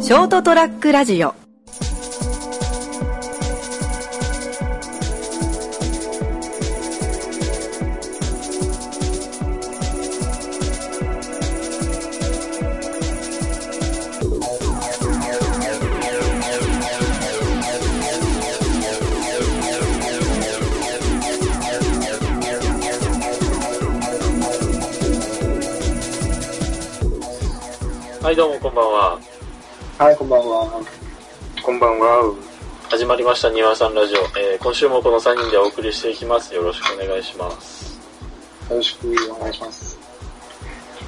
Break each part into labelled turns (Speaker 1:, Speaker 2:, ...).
Speaker 1: ショートトラックラジオ
Speaker 2: はい、どうもこんばんは。
Speaker 3: はい、こんばんは。
Speaker 4: こんばんは。
Speaker 2: 始まりました、にわさんラジオ。えー今週もこの3人でお送りしていきます。よろしくお願いします。
Speaker 3: よろしくお願いします。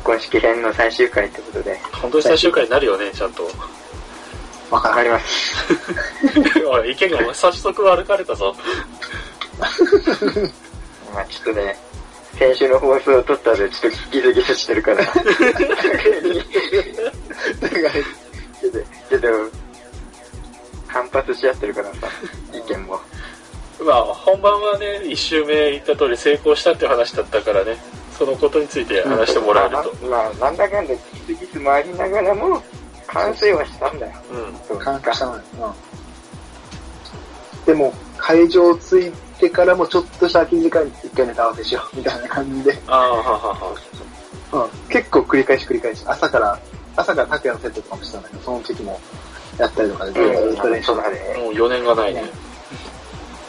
Speaker 4: 公式編の最終回ってことで。
Speaker 2: 本当に最終回になるよね、ちゃんと。
Speaker 3: わ
Speaker 4: わ
Speaker 3: か
Speaker 4: か
Speaker 3: る。
Speaker 4: ります。
Speaker 2: おい、意見が早速歩かれたぞ。
Speaker 4: まあちょっとね、先週の放送を撮った後、ちょっとギスギスしてるから。ちょっと、ちょっと、反発し合ってるからさ、意見も。
Speaker 2: まあ、本番はね、1周目言った通り成功したっていう話だったからね、そのことについて話してもらえると。
Speaker 4: まあ、まあなんだかんだギスギス回りながらも、完成はしたんだよ。
Speaker 2: うん。
Speaker 4: そう
Speaker 3: 感化したのよ。うん。でも、会場着いてからもちょっとした空き時間に一回寝たわけしよ う。みたいな感じで。
Speaker 2: ああ、ははは。
Speaker 3: うん。結構繰り返し繰り返し。朝から、朝から拓也のセットとかもしてたんだけど、その時もやったりとかで、ずっと
Speaker 4: う
Speaker 3: 練習
Speaker 4: ん、そ
Speaker 3: し
Speaker 4: うだ
Speaker 3: て、
Speaker 4: ね。
Speaker 2: もう4年がないね。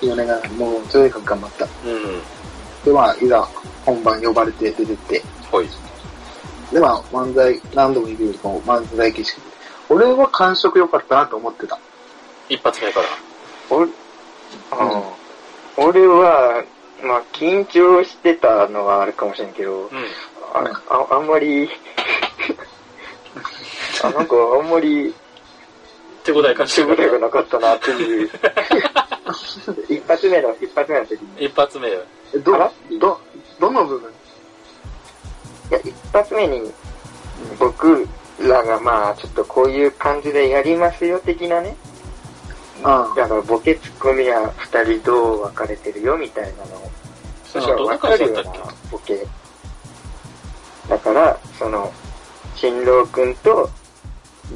Speaker 3: 4年間、もうとにかく頑張った。
Speaker 2: うん。
Speaker 3: で、まあ、いざ本番呼ばれて出てって、
Speaker 2: ほい。
Speaker 3: で、まあ、漫才、何度も言うけど、漫才形式で。俺は感触良かったなと思ってた。
Speaker 2: 一発目から。
Speaker 4: おうん俺は、まあ緊張してたのはあるかもしれんけど、
Speaker 2: うん。
Speaker 4: あああんまり あ、なんかあんまり
Speaker 2: 手応え感じ
Speaker 4: 手
Speaker 2: て
Speaker 4: 応
Speaker 2: く
Speaker 4: えが
Speaker 2: れ
Speaker 4: なかったなっていう。一発目の、一発目の時に。い
Speaker 2: 一発目よ。
Speaker 3: えど
Speaker 4: あら、
Speaker 3: ど、どの部分
Speaker 4: や、一発目に僕らがまあちょっとこういう感じでやりますよ的なね、
Speaker 3: あ
Speaker 4: だからボケツッコミは二人どう分かれてるよみたいなのをそしたら
Speaker 2: どんな
Speaker 4: 分
Speaker 2: 感
Speaker 4: か
Speaker 2: じ
Speaker 4: る
Speaker 2: だ
Speaker 4: よ
Speaker 2: ったっけ
Speaker 4: な、ボケ。だから、その、新郎くんと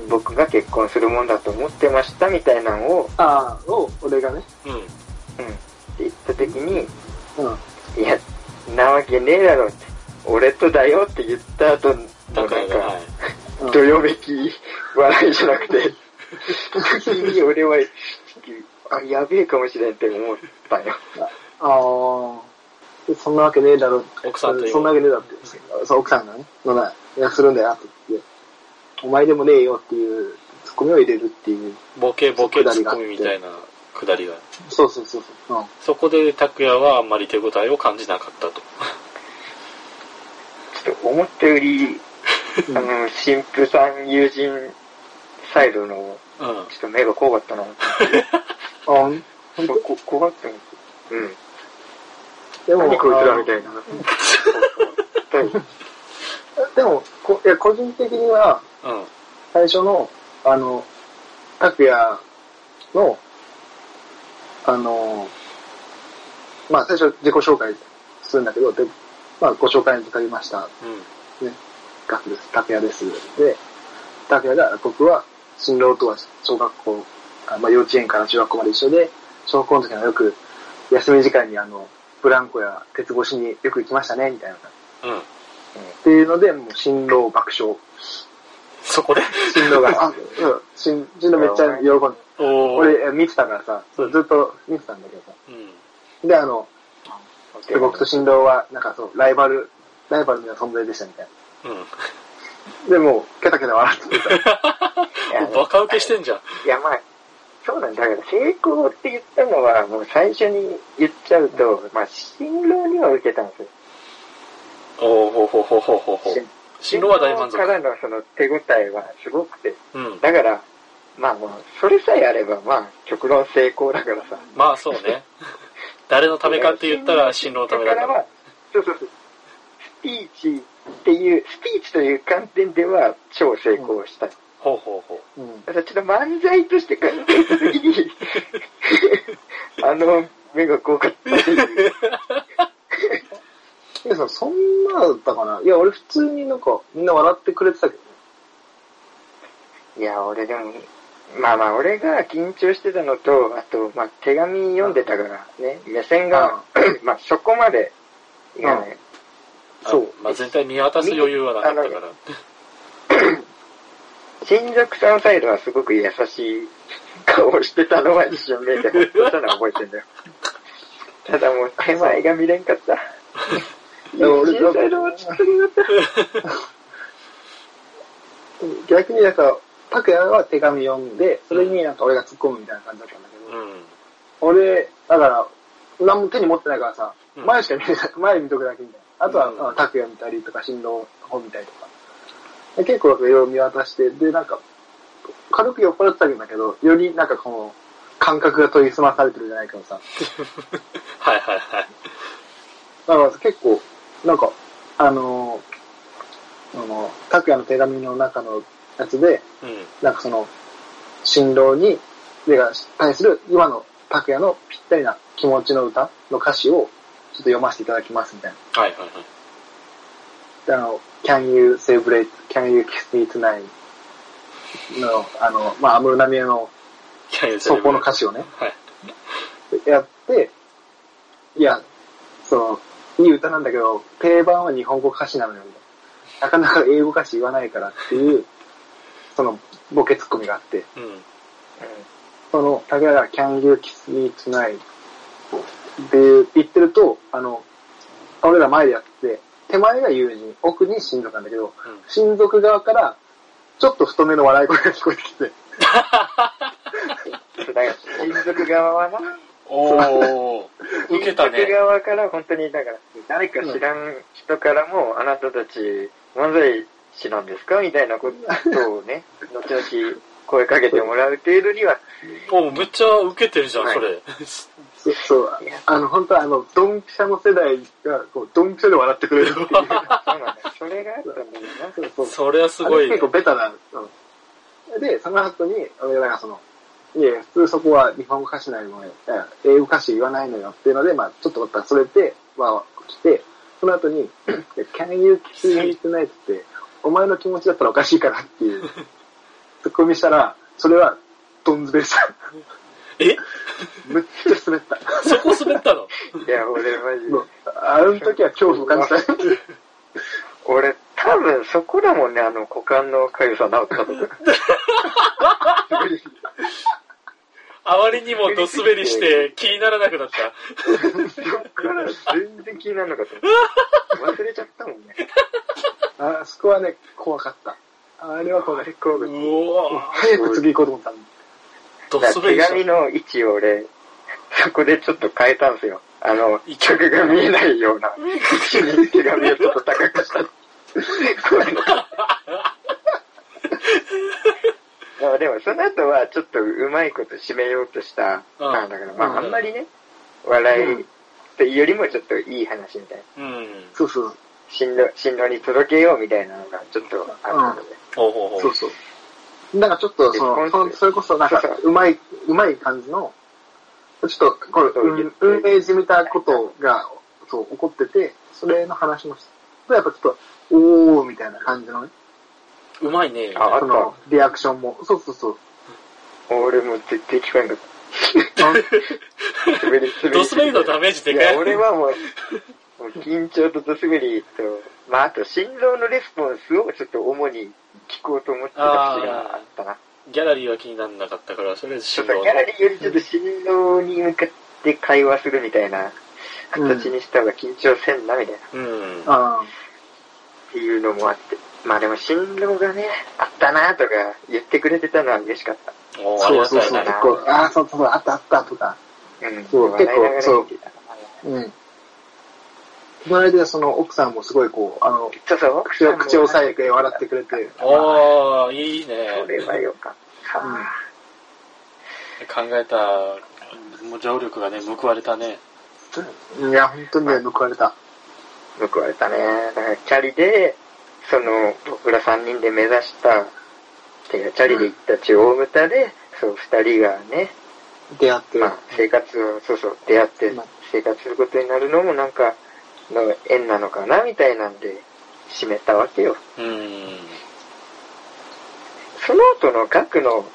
Speaker 4: 僕が結婚するもんだと思ってましたみたいなのを、
Speaker 3: ああ、を、俺がね。
Speaker 2: うん。
Speaker 4: うん、って言った時に、
Speaker 3: うん。
Speaker 4: いや、なわけねえだろって、俺とだよって言った後のな
Speaker 2: だ
Speaker 4: ん
Speaker 2: からね、は
Speaker 4: か
Speaker 2: い、。
Speaker 3: うん
Speaker 4: どよめき笑いじゃなくて、急に俺は、あ、やべえかもしれんって思ったよ。
Speaker 3: ああ。そんなわけねえだろ。
Speaker 2: 奥さんという
Speaker 3: そんなわけねえだろって。そう、奥さんがね、のな、いやするんだよ、って言って。お前でもねえよっていう、ツッコミを入れるっていう。
Speaker 2: ボケボケツッコミみたいなくだりが。
Speaker 3: そうそうそうそう。うん。
Speaker 2: そこで拓也はあんまり手応えを感じなかったと。
Speaker 4: ちょっと思ったより、
Speaker 3: うん
Speaker 4: あの、新婦さん友人サイドの、
Speaker 2: うん。
Speaker 4: ちょっと目が怖かったな。
Speaker 3: あうん
Speaker 4: ちょっとこ怖かったな。うん。
Speaker 3: で
Speaker 4: 何こいつらみ
Speaker 3: あ
Speaker 4: たいな。そうそう
Speaker 3: ーでもこ、いや、個人的には、
Speaker 2: うん。
Speaker 3: 最初の、あの、拓也の、あの、まあ最初自己紹介するんだけど、で、まあご紹介にかかりました。ガクです。拓也です。で、拓也が、僕は、新郎とは小学校、あまあ幼稚園から中学校まで一緒で、小学校の時はよく、休み時間にあの、ブランコや鉄越しによく行きましたね、みたいな。っ
Speaker 2: うん。うん。
Speaker 3: ていうので、もう新郎爆笑。
Speaker 2: そこで
Speaker 3: 新郎 が、あ、うん、新新郎めっちゃ喜んで。
Speaker 2: おー。
Speaker 3: 俺、え見てたからさ、そうずっと見てたんだけどさ。
Speaker 2: うん。
Speaker 3: で、あの、
Speaker 4: そう
Speaker 3: 僕と新郎は、なんかそう、ライバル、ライバルのような存在でしたみたい
Speaker 2: うん。
Speaker 3: な。で、もう、ケタケタ笑ってた。
Speaker 4: いや
Speaker 2: バカ受けしてんじゃん。
Speaker 4: いや、まあ、そうなんだ。だから、成功って言ったのは、もう最初に言っちゃうと、まあ、新郎には受けたんですよ。
Speaker 2: おーほほほほほほ。進路は大満
Speaker 4: 新郎か
Speaker 2: 足。
Speaker 4: らのその手応えはすごくて。
Speaker 2: うん。
Speaker 4: だから、まあもう、それさえあれば、まあ、極論成功だからさ。
Speaker 2: まあそうね。誰のためかって言ったら進路のためだ
Speaker 4: だ
Speaker 2: か
Speaker 4: から
Speaker 2: ら。
Speaker 4: は、そうそうそう。スピーチっていう、スピーチという観点では超成功した。
Speaker 2: ほうほうほ
Speaker 3: うん。
Speaker 4: ただちょっと漫才として考えたときに、 あの目が怖かったっていう。
Speaker 3: いやさ、そんなだったかないや、俺普通になんか、みんな笑ってくれてたけどね。
Speaker 4: いや、俺でも、まあまあ、俺が緊張してたのと、あと、まあ、手紙読んでたからね、目線が、まあ、そこまで、いかない。
Speaker 3: そう
Speaker 2: あまあ、全体見渡す余裕はなかったから。
Speaker 4: 新宿さんサイドはすごく優しい顔をしてたのは一瞬目でほっとしたのは覚えてんだよ。ただもう手前が見れんかった。
Speaker 3: でも俺
Speaker 4: 新サイドはちょっと見れんかっ
Speaker 3: 逆になんか、拓也は手紙読んで、それになんか俺が突っ込むみたいな感じだったんだけど、
Speaker 2: うん。
Speaker 3: 俺、だから、何も手に持ってないからさ、
Speaker 2: うん
Speaker 3: 前しか見れない、 前見とくだけみたいな。あとは、
Speaker 2: うん
Speaker 3: あの拓也見たりとか、新郎の方見たりとか。で結構なんかいろいろ見渡して、で、なんか、軽く酔っ払ってたんだけど、よりなんかこの、感覚が研ぎ澄まされてるじゃないけどさ。
Speaker 2: はいはいはい。
Speaker 3: だから結構、なんか、あのー、あの、拓也の手紙の中のやつで、
Speaker 2: うん。
Speaker 3: なんかその、新郎に、でが対する今の拓也のぴったりな気持ちの歌の歌詞をちょっと読ませていただきますみたいな。
Speaker 2: はいはいはい。
Speaker 3: であの、Can you celebrate, can you kiss me tonight? の、あの、まあ、安室奈美恵の
Speaker 2: キャン
Speaker 3: そこの歌詞をね、
Speaker 2: はい。
Speaker 3: やって、いや、その、いい歌なんだけど、定番は日本語歌詞なのよ、みたいな。なかなか英語歌詞言わないからっていう、その、ボケツッコミがあって、
Speaker 2: うん。
Speaker 4: た。うん
Speaker 3: その、竹原 Can you kiss me tonight? って言ってると、あの、俺ら前でやって、手前が友人、奥に親族なんだけど、
Speaker 2: うん
Speaker 3: 親族側から、ちょっと太めの笑い声が聞こえてきて、
Speaker 4: だから、親族側はな、
Speaker 2: おお。受けた
Speaker 4: 親族
Speaker 2: ね。
Speaker 4: 側から本当に、だから、誰か知らん人からも、あなたたち、漫才師なんですかみたいなことを ね、後々声かけてもらう程度には、
Speaker 2: おうめっちゃ受けてるじゃん、
Speaker 4: はい
Speaker 2: それ。
Speaker 3: そう、そう
Speaker 4: いや、
Speaker 3: あの、本当はあの、ドンピシャの世代が、こう、ドンピシャで笑ってくれるっていう。
Speaker 4: そうなんだよ。それがあったんだよな。
Speaker 3: そうそう
Speaker 2: それはすごい
Speaker 3: あれ
Speaker 2: ね
Speaker 3: 結。構ベタな、うんで、その後に、俺がなんかその、いやいや普通そこは日本語歌詞ないもんよ。いや英語歌詞言わないのよっていうので、まあちょっとまたそれて、まあ来て、その後に、can you kiss me tonight って、お前の気持ちだったらおかしいからっていう、ツッコミしたら、それは、ドンズベした。
Speaker 2: え
Speaker 3: むっちゃ滑った。
Speaker 2: そこ滑ったの
Speaker 4: いや、俺マジで
Speaker 3: もうあの時は恐怖を感じた。
Speaker 4: 俺、多分そこだもんね、あの、股間のかゆさ治ったと こ。
Speaker 2: あまりにもドスベりして気にならなくなった。
Speaker 4: そっから全然気にならな かった。忘れちゃったもんね。
Speaker 3: あそこはね、怖かった。あれは怖か
Speaker 4: あ
Speaker 3: っ
Speaker 4: れこ
Speaker 2: う
Speaker 4: う、
Speaker 2: おー
Speaker 3: た。早く次行こうと思ったのに
Speaker 2: ド
Speaker 4: だ
Speaker 2: ス
Speaker 4: か
Speaker 2: ベ
Speaker 4: ら
Speaker 2: り
Speaker 4: 手
Speaker 2: した
Speaker 4: 紙。の位置を俺、そこでちょっと変えたんですよ。あの、
Speaker 2: 一
Speaker 4: 曲が見えないような位置に手紙をちょっと高 くした。これまあでもその後はちょっとうまいこと締めようとした、
Speaker 2: うん
Speaker 4: あだからまああ
Speaker 2: うん
Speaker 4: んまりね、笑いというよりもちょっといい話みたいな。
Speaker 2: うん。
Speaker 3: そうそう。
Speaker 4: 進路、進路に届けようみたいなのがちょっとあったので。
Speaker 2: ほうほうほ
Speaker 3: そうう。そう。なんかちょっとそ
Speaker 4: え
Speaker 3: の、そ
Speaker 4: こん
Speaker 3: のそれこそなんか
Speaker 4: そう、
Speaker 3: うまい、うまい感じの、ちょっと、これ、
Speaker 4: そう
Speaker 3: うん運営じみたことが、そう、起こってて、それの話もして、やっぱちょっと、おーみたいな感じのね、
Speaker 2: うまいね。
Speaker 4: あ
Speaker 3: その、リアクションも、そうそうそう。
Speaker 4: 俺も 絶対聞こえんかった。滑り、滑
Speaker 2: ドスベりのダメージで
Speaker 4: い
Speaker 2: か
Speaker 4: や、
Speaker 2: い。
Speaker 4: 俺はもう、もう緊張とドスベリと、まああと心臓のレスポンスをちょっと主に聞こうと思ってた節があったな。
Speaker 2: ギャラリーは気にならなかったから、とりあえず
Speaker 4: ちょ
Speaker 2: 振
Speaker 4: っと
Speaker 2: 動
Speaker 4: ギャラリーよりちょっと心臓に向かって会話するみたいな形にした方が緊張せんなみたいな、っ
Speaker 2: うん。
Speaker 3: あ
Speaker 4: ていうのもあって。まあでも心臓がね、あったなとか言ってくれてたのは嬉しかった。
Speaker 2: お
Speaker 3: あ、
Speaker 2: ーあり
Speaker 3: そう
Speaker 2: が
Speaker 3: そう
Speaker 2: たい
Speaker 3: そう。
Speaker 2: な。
Speaker 3: 結構、ああ、そうそうそう、あったあったとか。
Speaker 4: うん。
Speaker 3: そう
Speaker 4: 笑いなが
Speaker 3: 結
Speaker 4: ら
Speaker 3: 構そう
Speaker 4: 見てたから
Speaker 3: うん。この間、その奥さんもすごいこう、あの、
Speaker 4: そうそう、
Speaker 3: 口を、口を押さえ
Speaker 4: く
Speaker 3: て笑ってくれて、
Speaker 2: おー、いいね。
Speaker 4: それはよかった。
Speaker 3: うん
Speaker 2: 考えた、もう労力がね、報われたね。
Speaker 3: いや、本当にね、報われた。
Speaker 4: 報われたね。だからチャリで、その、僕ら3人で目指した、ていうかチャリで行った中央牟田で、そう、2人がね、
Speaker 3: 出会って
Speaker 4: ま。あ、生活を、そうそう、出会って
Speaker 3: まあ
Speaker 4: 生活することになるのもなんか、の縁なのかな、みたいなんで、締めたわけよ。
Speaker 2: うん。
Speaker 4: その後のガクの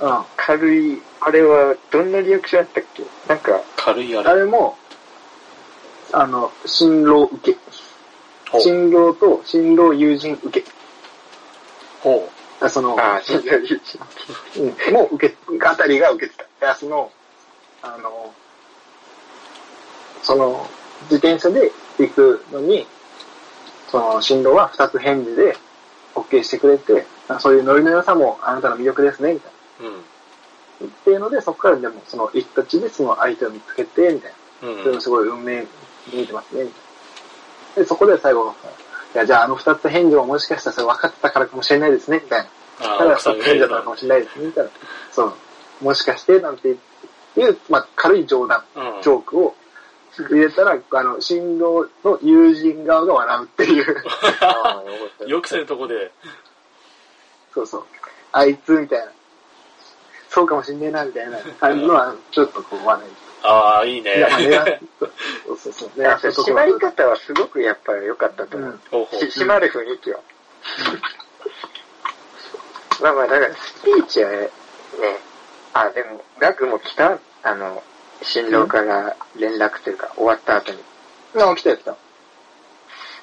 Speaker 3: うん。あ
Speaker 4: 軽い、あれはどんなリアクションだったっけなんか、
Speaker 2: 軽いあれ。
Speaker 3: れも、あの、新郎受け。
Speaker 2: ほう。
Speaker 3: 新郎と新郎友人受け。
Speaker 2: ほ。
Speaker 3: あその、
Speaker 4: ああ、信頼一
Speaker 3: うん、 もう受け、あたりが受けてた。いや、その、あの、その、自転車で行くのに、その、進路は二つ返事で、OK してくれて、あそういうノリの良さもあなたの魅力ですね、みたいう
Speaker 2: うん。
Speaker 3: な。っていうので、そこからでも、その、一たちでその相手を見つけて、みたいな。
Speaker 2: うん
Speaker 3: それもすごい運命見えてますね、みたいな。で、そこで最後、いや、じゃああの二つ返事ももしかしたらそれ分かってたからかもしれないですね、みたいな。
Speaker 2: あ
Speaker 3: た
Speaker 2: ー
Speaker 3: だ
Speaker 2: 奥さん
Speaker 3: そう
Speaker 2: が
Speaker 3: 変じゃったのかもしれないですね、みたいな。そう。もしかして、なんていう、まあ、軽い冗談、
Speaker 2: うん
Speaker 3: ジョークを入れたら、あの、新郎の友人側が笑うっていう。
Speaker 4: ああ、よかった。
Speaker 2: 予期せぬとこで、
Speaker 3: そうそう。あいつ、みたいな。そうかもしんねえな、みたいな感じのは、ちょっとこう、笑
Speaker 2: ああ、いい
Speaker 3: い。い
Speaker 2: ね
Speaker 3: や、。まあ、狙っそうそうそう。狙ったとこ
Speaker 4: 締
Speaker 3: ろ
Speaker 4: ま
Speaker 3: は
Speaker 4: り方はすごくやっぱり良かったと
Speaker 3: う
Speaker 4: 思う。
Speaker 3: ん。
Speaker 2: ほうほう。
Speaker 4: し締まる雰囲気は。まあまあ、だからスピーチはね、あ、でも、ガクも来た、あの、新郎から連絡というか、終わった後に。
Speaker 3: あ、来た来た。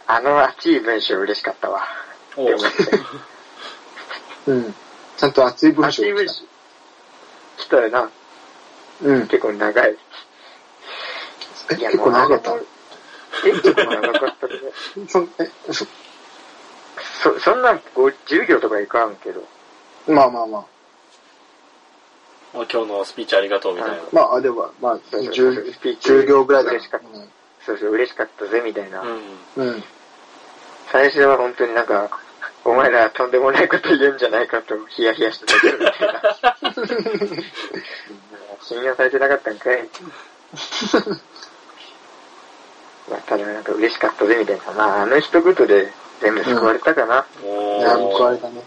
Speaker 4: あの熱い文章嬉しかったわ。
Speaker 2: ほう
Speaker 3: うん。ちゃんと熱い文章
Speaker 4: 熱い
Speaker 3: が
Speaker 4: 文
Speaker 3: 来
Speaker 4: 章。来たよな。
Speaker 3: た。うん。
Speaker 4: 結構長い。
Speaker 3: え、結構長かった
Speaker 4: もう。あれも結構長かったね。
Speaker 3: そんえ、そ
Speaker 4: そ、そんなんこう10行とかいかんけど。
Speaker 3: まあまあまあ。
Speaker 2: もう今日のスピーチありがとうみたいな。
Speaker 3: まあ、あでも、まあ、
Speaker 4: そうそう
Speaker 3: 10
Speaker 4: スピーチ
Speaker 3: 10行ぐらいだ
Speaker 4: 嬉しかっ
Speaker 3: うん
Speaker 4: そうそう、嬉しかったぜ、みたいな。
Speaker 2: うん。
Speaker 3: うん。
Speaker 4: 最初は本当になんか、お前らとんでもないこと言うんじゃないかと、ヒヤヒヤしてたけど、みたいな信用されてなかったんかい。まあ、ただなんか嬉しかったぜ、みたいな。まあ、あの一言で全部救われたかな。
Speaker 2: お
Speaker 3: いや、報われ
Speaker 2: ー。
Speaker 3: たね。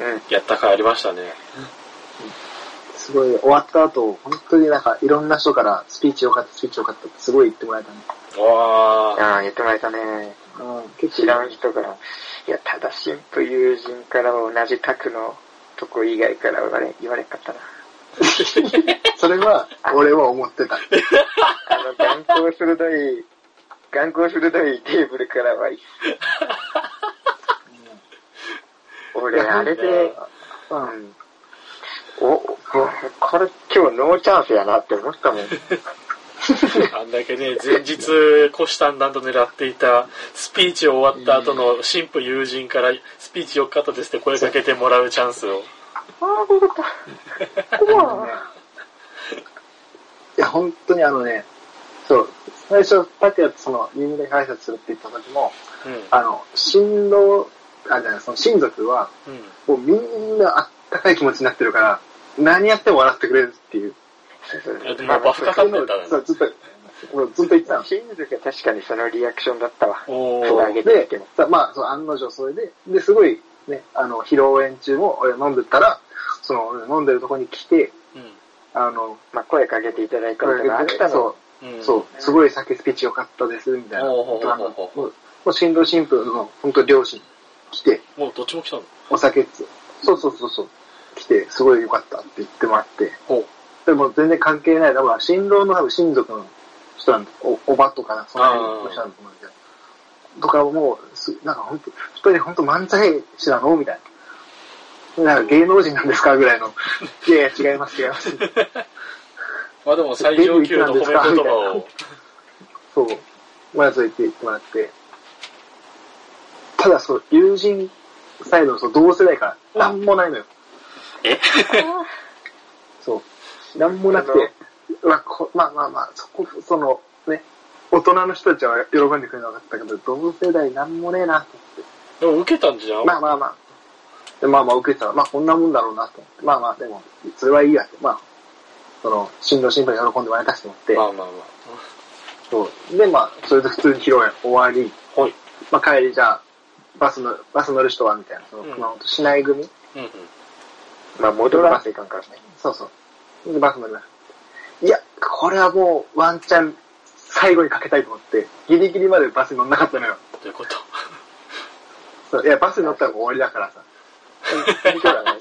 Speaker 4: うん。
Speaker 2: やったかいありましたね。
Speaker 3: すごい、終わった後、本当になんか、いろんな人から、スピーチ良かった、スピーチ良かったって、すごい言ってもらえたね。
Speaker 2: わー。
Speaker 4: ああ、言ってもらえたね。
Speaker 3: うん、結
Speaker 4: 知ら
Speaker 3: 構、
Speaker 4: ん人から、いや、ただ新婦友人からは同じ宅のとこ以外から言われ、言われんかったな。
Speaker 3: それは、俺は思ってた。
Speaker 4: あの、眼光鋭い、眼光鋭いテーブルからは、俺、あれで、
Speaker 3: う。
Speaker 4: うんん。お、ここれ今日ノーチャンスやなって思ったもん。
Speaker 2: あんだけね、前日、虎視眈々と狙っていた、スピーチ終わった後の新婦友人から、スピーチ良かったですって声かけてもらうチャンスを。
Speaker 4: ああ、よかった。ここは、
Speaker 3: いや、本当にあのね、そう、最初、拓也とその、耳で挨拶するって言った時も、
Speaker 2: う
Speaker 3: あの、新郎、あ、じゃない、その親族は、
Speaker 2: ん。うん。
Speaker 3: もうみんなあったかい気持ちになってるから、何やっても笑ってくれるっていう。
Speaker 4: そうそ
Speaker 2: い
Speaker 4: う
Speaker 2: やでもやっぱ深か
Speaker 3: そ
Speaker 2: っ
Speaker 3: う
Speaker 2: て
Speaker 3: いう
Speaker 2: た
Speaker 3: のを
Speaker 2: ね
Speaker 3: そ。うずっと、俺ずっと言ってたの。
Speaker 4: シンズが確かにそのリアクションだったわ。
Speaker 2: お
Speaker 4: そうだ
Speaker 2: ー。
Speaker 4: ね
Speaker 3: で、さまあ、そう案の定それで、で、すごい、ね、あの、披露宴中も俺飲んでたら、その、俺飲んでるとこに来て、
Speaker 2: うん
Speaker 3: あの、
Speaker 4: まあ、声かけていただいたことがあったの。
Speaker 3: そ
Speaker 2: うん
Speaker 3: う、そう、すごい酒スピーチ良かったです、みたいな。
Speaker 2: ほうほうほうほう
Speaker 3: もう、もう新郎新婦の、本当両親来て、
Speaker 2: もうどっちも来たの
Speaker 3: お酒っつ、そうそうそうそう、来て、すごい良かったって言ってもらって、
Speaker 2: ほう。
Speaker 3: でも全然関係ない。だから、新郎の多分親族の人なんだ。お、おばとかな、その辺の人なんだと思うんだけど。とかもう、すなんか本当、一人本当漫才師なのみたいな。なんか芸能人なんですかぐらい の。いやいや、違います、違います。
Speaker 2: まあでも最上級の褒め言葉を。
Speaker 3: そう。まあ、そう言って言ってもらって。ただ、そう、友人サイドのそう同世代から、なんもないのよ。
Speaker 2: え
Speaker 3: そう。なんもなくて、うわ、こまあまあまあ、そこ、その、ね、大人の人たちは喜んでくれなかったけど、同世代なんもねえなと思っ
Speaker 2: でも受けたんじゃ
Speaker 3: て。
Speaker 2: ん、
Speaker 3: まあまあまあ。でまあまあ受けてたら、まあこんなもんだろうなと思って。まあまあ、でも、それはいいやって。まあ、その、新郎新婦に喜んでもらえたしと思って。
Speaker 2: まあまあま
Speaker 3: そう。で、まあ、それで普通に披露宴終わり、
Speaker 2: あ。はい。
Speaker 3: まあ帰りじゃあ、バスの、バス乗る人はみたいな、その
Speaker 2: うん
Speaker 3: 熊本市内組、
Speaker 2: うんうん。
Speaker 4: まあ、戻らんといかんからね。
Speaker 3: そうそう。で、バス乗りました。いや、これはもうワンチャン最後にかけたいと思って、ギリギリまでバスに乗んなかったのよ。
Speaker 2: と いうこと。
Speaker 3: そういや、バスに乗ったらもう終わりだからさ。
Speaker 4: そうだね。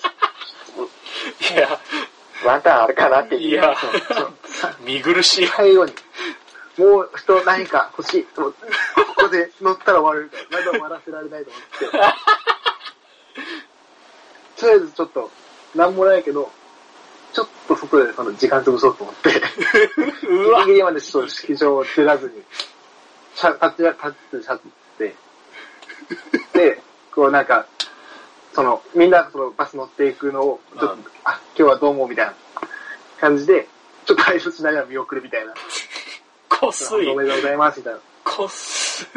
Speaker 2: いや、
Speaker 4: ワンタンあるかなって
Speaker 2: い
Speaker 4: いう。
Speaker 2: や、見苦しい。
Speaker 3: 最後に、もう人何か欲しいと思って、ここで乗ったら終われるから、まだ終わらせられないと思って。とりあえずちょっと、なんもないけど、ちょっと外でその時間潰そうと思って、ギ
Speaker 2: うわ
Speaker 3: リギリまでちょっと式場を出らずに、しゃ立ち上がって、立って、で、こうなんか、その、みんなそのバス乗っていくのを、ちょっと、
Speaker 2: うん
Speaker 3: あ、今日はどうも、みたいな感じで、ちょっと挨拶しながら見送るみたいな。
Speaker 2: こすい
Speaker 3: お。めでとうございます、みたいな。
Speaker 2: こす。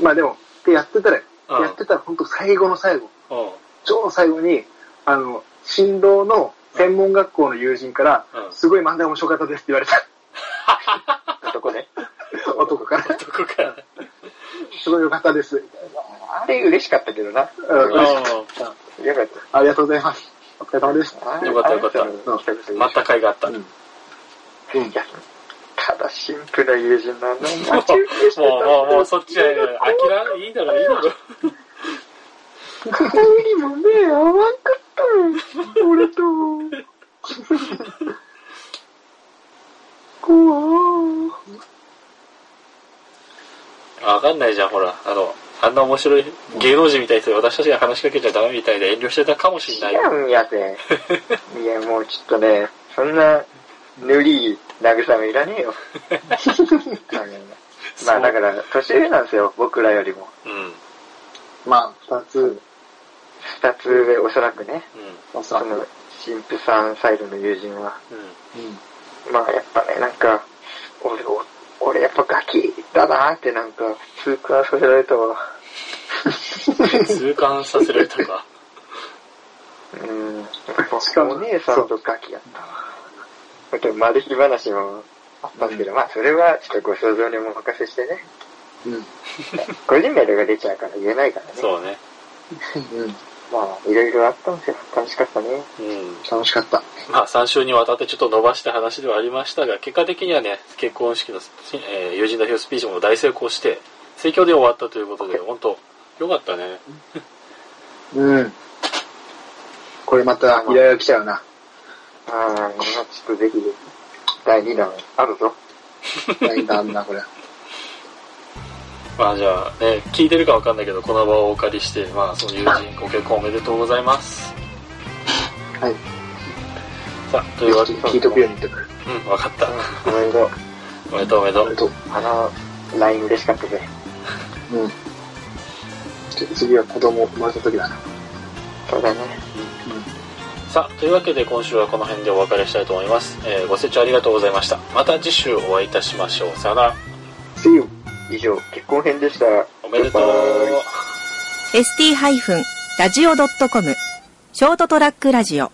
Speaker 3: まあでも、でやってたら、
Speaker 2: うん
Speaker 3: やってたら本当最後の最後、
Speaker 2: うん。うん。
Speaker 3: 超最後に、あの、新郎の専門学校の友人から、
Speaker 2: うん
Speaker 3: すごい漫才面白かったですって言われた。
Speaker 4: そこね。
Speaker 3: 男 から、
Speaker 2: どこから。
Speaker 3: すごい良かったです。みたい
Speaker 4: あれ嬉しかったけどな。
Speaker 3: なうん
Speaker 4: よ
Speaker 2: う
Speaker 4: かった。
Speaker 3: ありがとうございます。お疲れ様です。
Speaker 4: あ
Speaker 2: よかったよかった
Speaker 4: あの人の久々に
Speaker 2: ん。待った甲斐があった。
Speaker 3: うん
Speaker 2: もう、
Speaker 4: いや、ただシンプルな友人なんだ。待ち受けしてたんだよ
Speaker 2: もう、もう、そっちは、諦め、いいだろ、いいだろ。
Speaker 4: ここにもね、合わんかったよ。俺と。怖
Speaker 2: あわかんないじゃん、ほら。あの、あんな面白い芸能人みたいな人に私たちが話しかけちゃダメみたいで遠慮してたかもしんない
Speaker 4: 違
Speaker 2: よ。
Speaker 4: うんやて。いや、もうちょっとね、そんな、ぬりい慰めいらねえよ。まあだから、年上なんですよ、僕らよりも。
Speaker 2: うん。うん。
Speaker 3: まあ、二つ、
Speaker 4: 二つ上、おそらくね。
Speaker 3: おそ
Speaker 4: そ
Speaker 3: らく。
Speaker 4: の、神父さんサイドの友人は。
Speaker 2: うん。
Speaker 4: まあやっぱね、なんか、俺、お俺やっぱガキだなってなんか、痛感させられたわ。
Speaker 2: 痛感させられたか。
Speaker 4: うん。
Speaker 3: しかも
Speaker 4: お姉さんとガキやったわ。あと、マル秘話もあったんですけど、まあそれはちょっとご想像にお任せしてね。
Speaker 3: うん。うん。
Speaker 4: 個人名とか出ちゃうから言えないからね。
Speaker 2: そうね。
Speaker 3: うん。
Speaker 4: まあ、いろいろあったんですよ。楽しかったね。
Speaker 2: うん。
Speaker 3: 楽しかった。
Speaker 2: まあ、3週にわたってちょっと伸ばした話ではありましたが、結果的にはね、結婚式の、えー友人代表スピーチも大成功して、盛況で終わったということで、本当よかったね。
Speaker 3: うん。これまた依頼が来ちゃうな。
Speaker 4: ああ、これはちょっとぜひ、第2弾あるぞ。
Speaker 3: 大胆な、これ。
Speaker 2: まあ、じゃあ、ね、聞いてるかわかんないけど、この場をお借りして、まあ、その友人、ご結婚おめでとうございます。
Speaker 3: はい。
Speaker 2: さあ、というわけで、
Speaker 3: 聞いとくように言ってくる。
Speaker 2: うん、わかった。
Speaker 4: おめでとう。
Speaker 2: おめでとうおめでと
Speaker 3: あり
Speaker 2: う
Speaker 3: が。とう。
Speaker 4: あの、LINE 嬉しかったぜ。
Speaker 3: うん。ちょ次は子供生まれた時だな。
Speaker 4: そうだね。
Speaker 2: さあというわけで今週はこの辺でお別れしたいと思います、えーご清聴ありがとうございましたまた次週お会いいたしましょうさよなら
Speaker 3: See you!
Speaker 4: 以上、結婚編でした。
Speaker 2: おめでとう
Speaker 1: ST-radio.com ショートトラックラジオ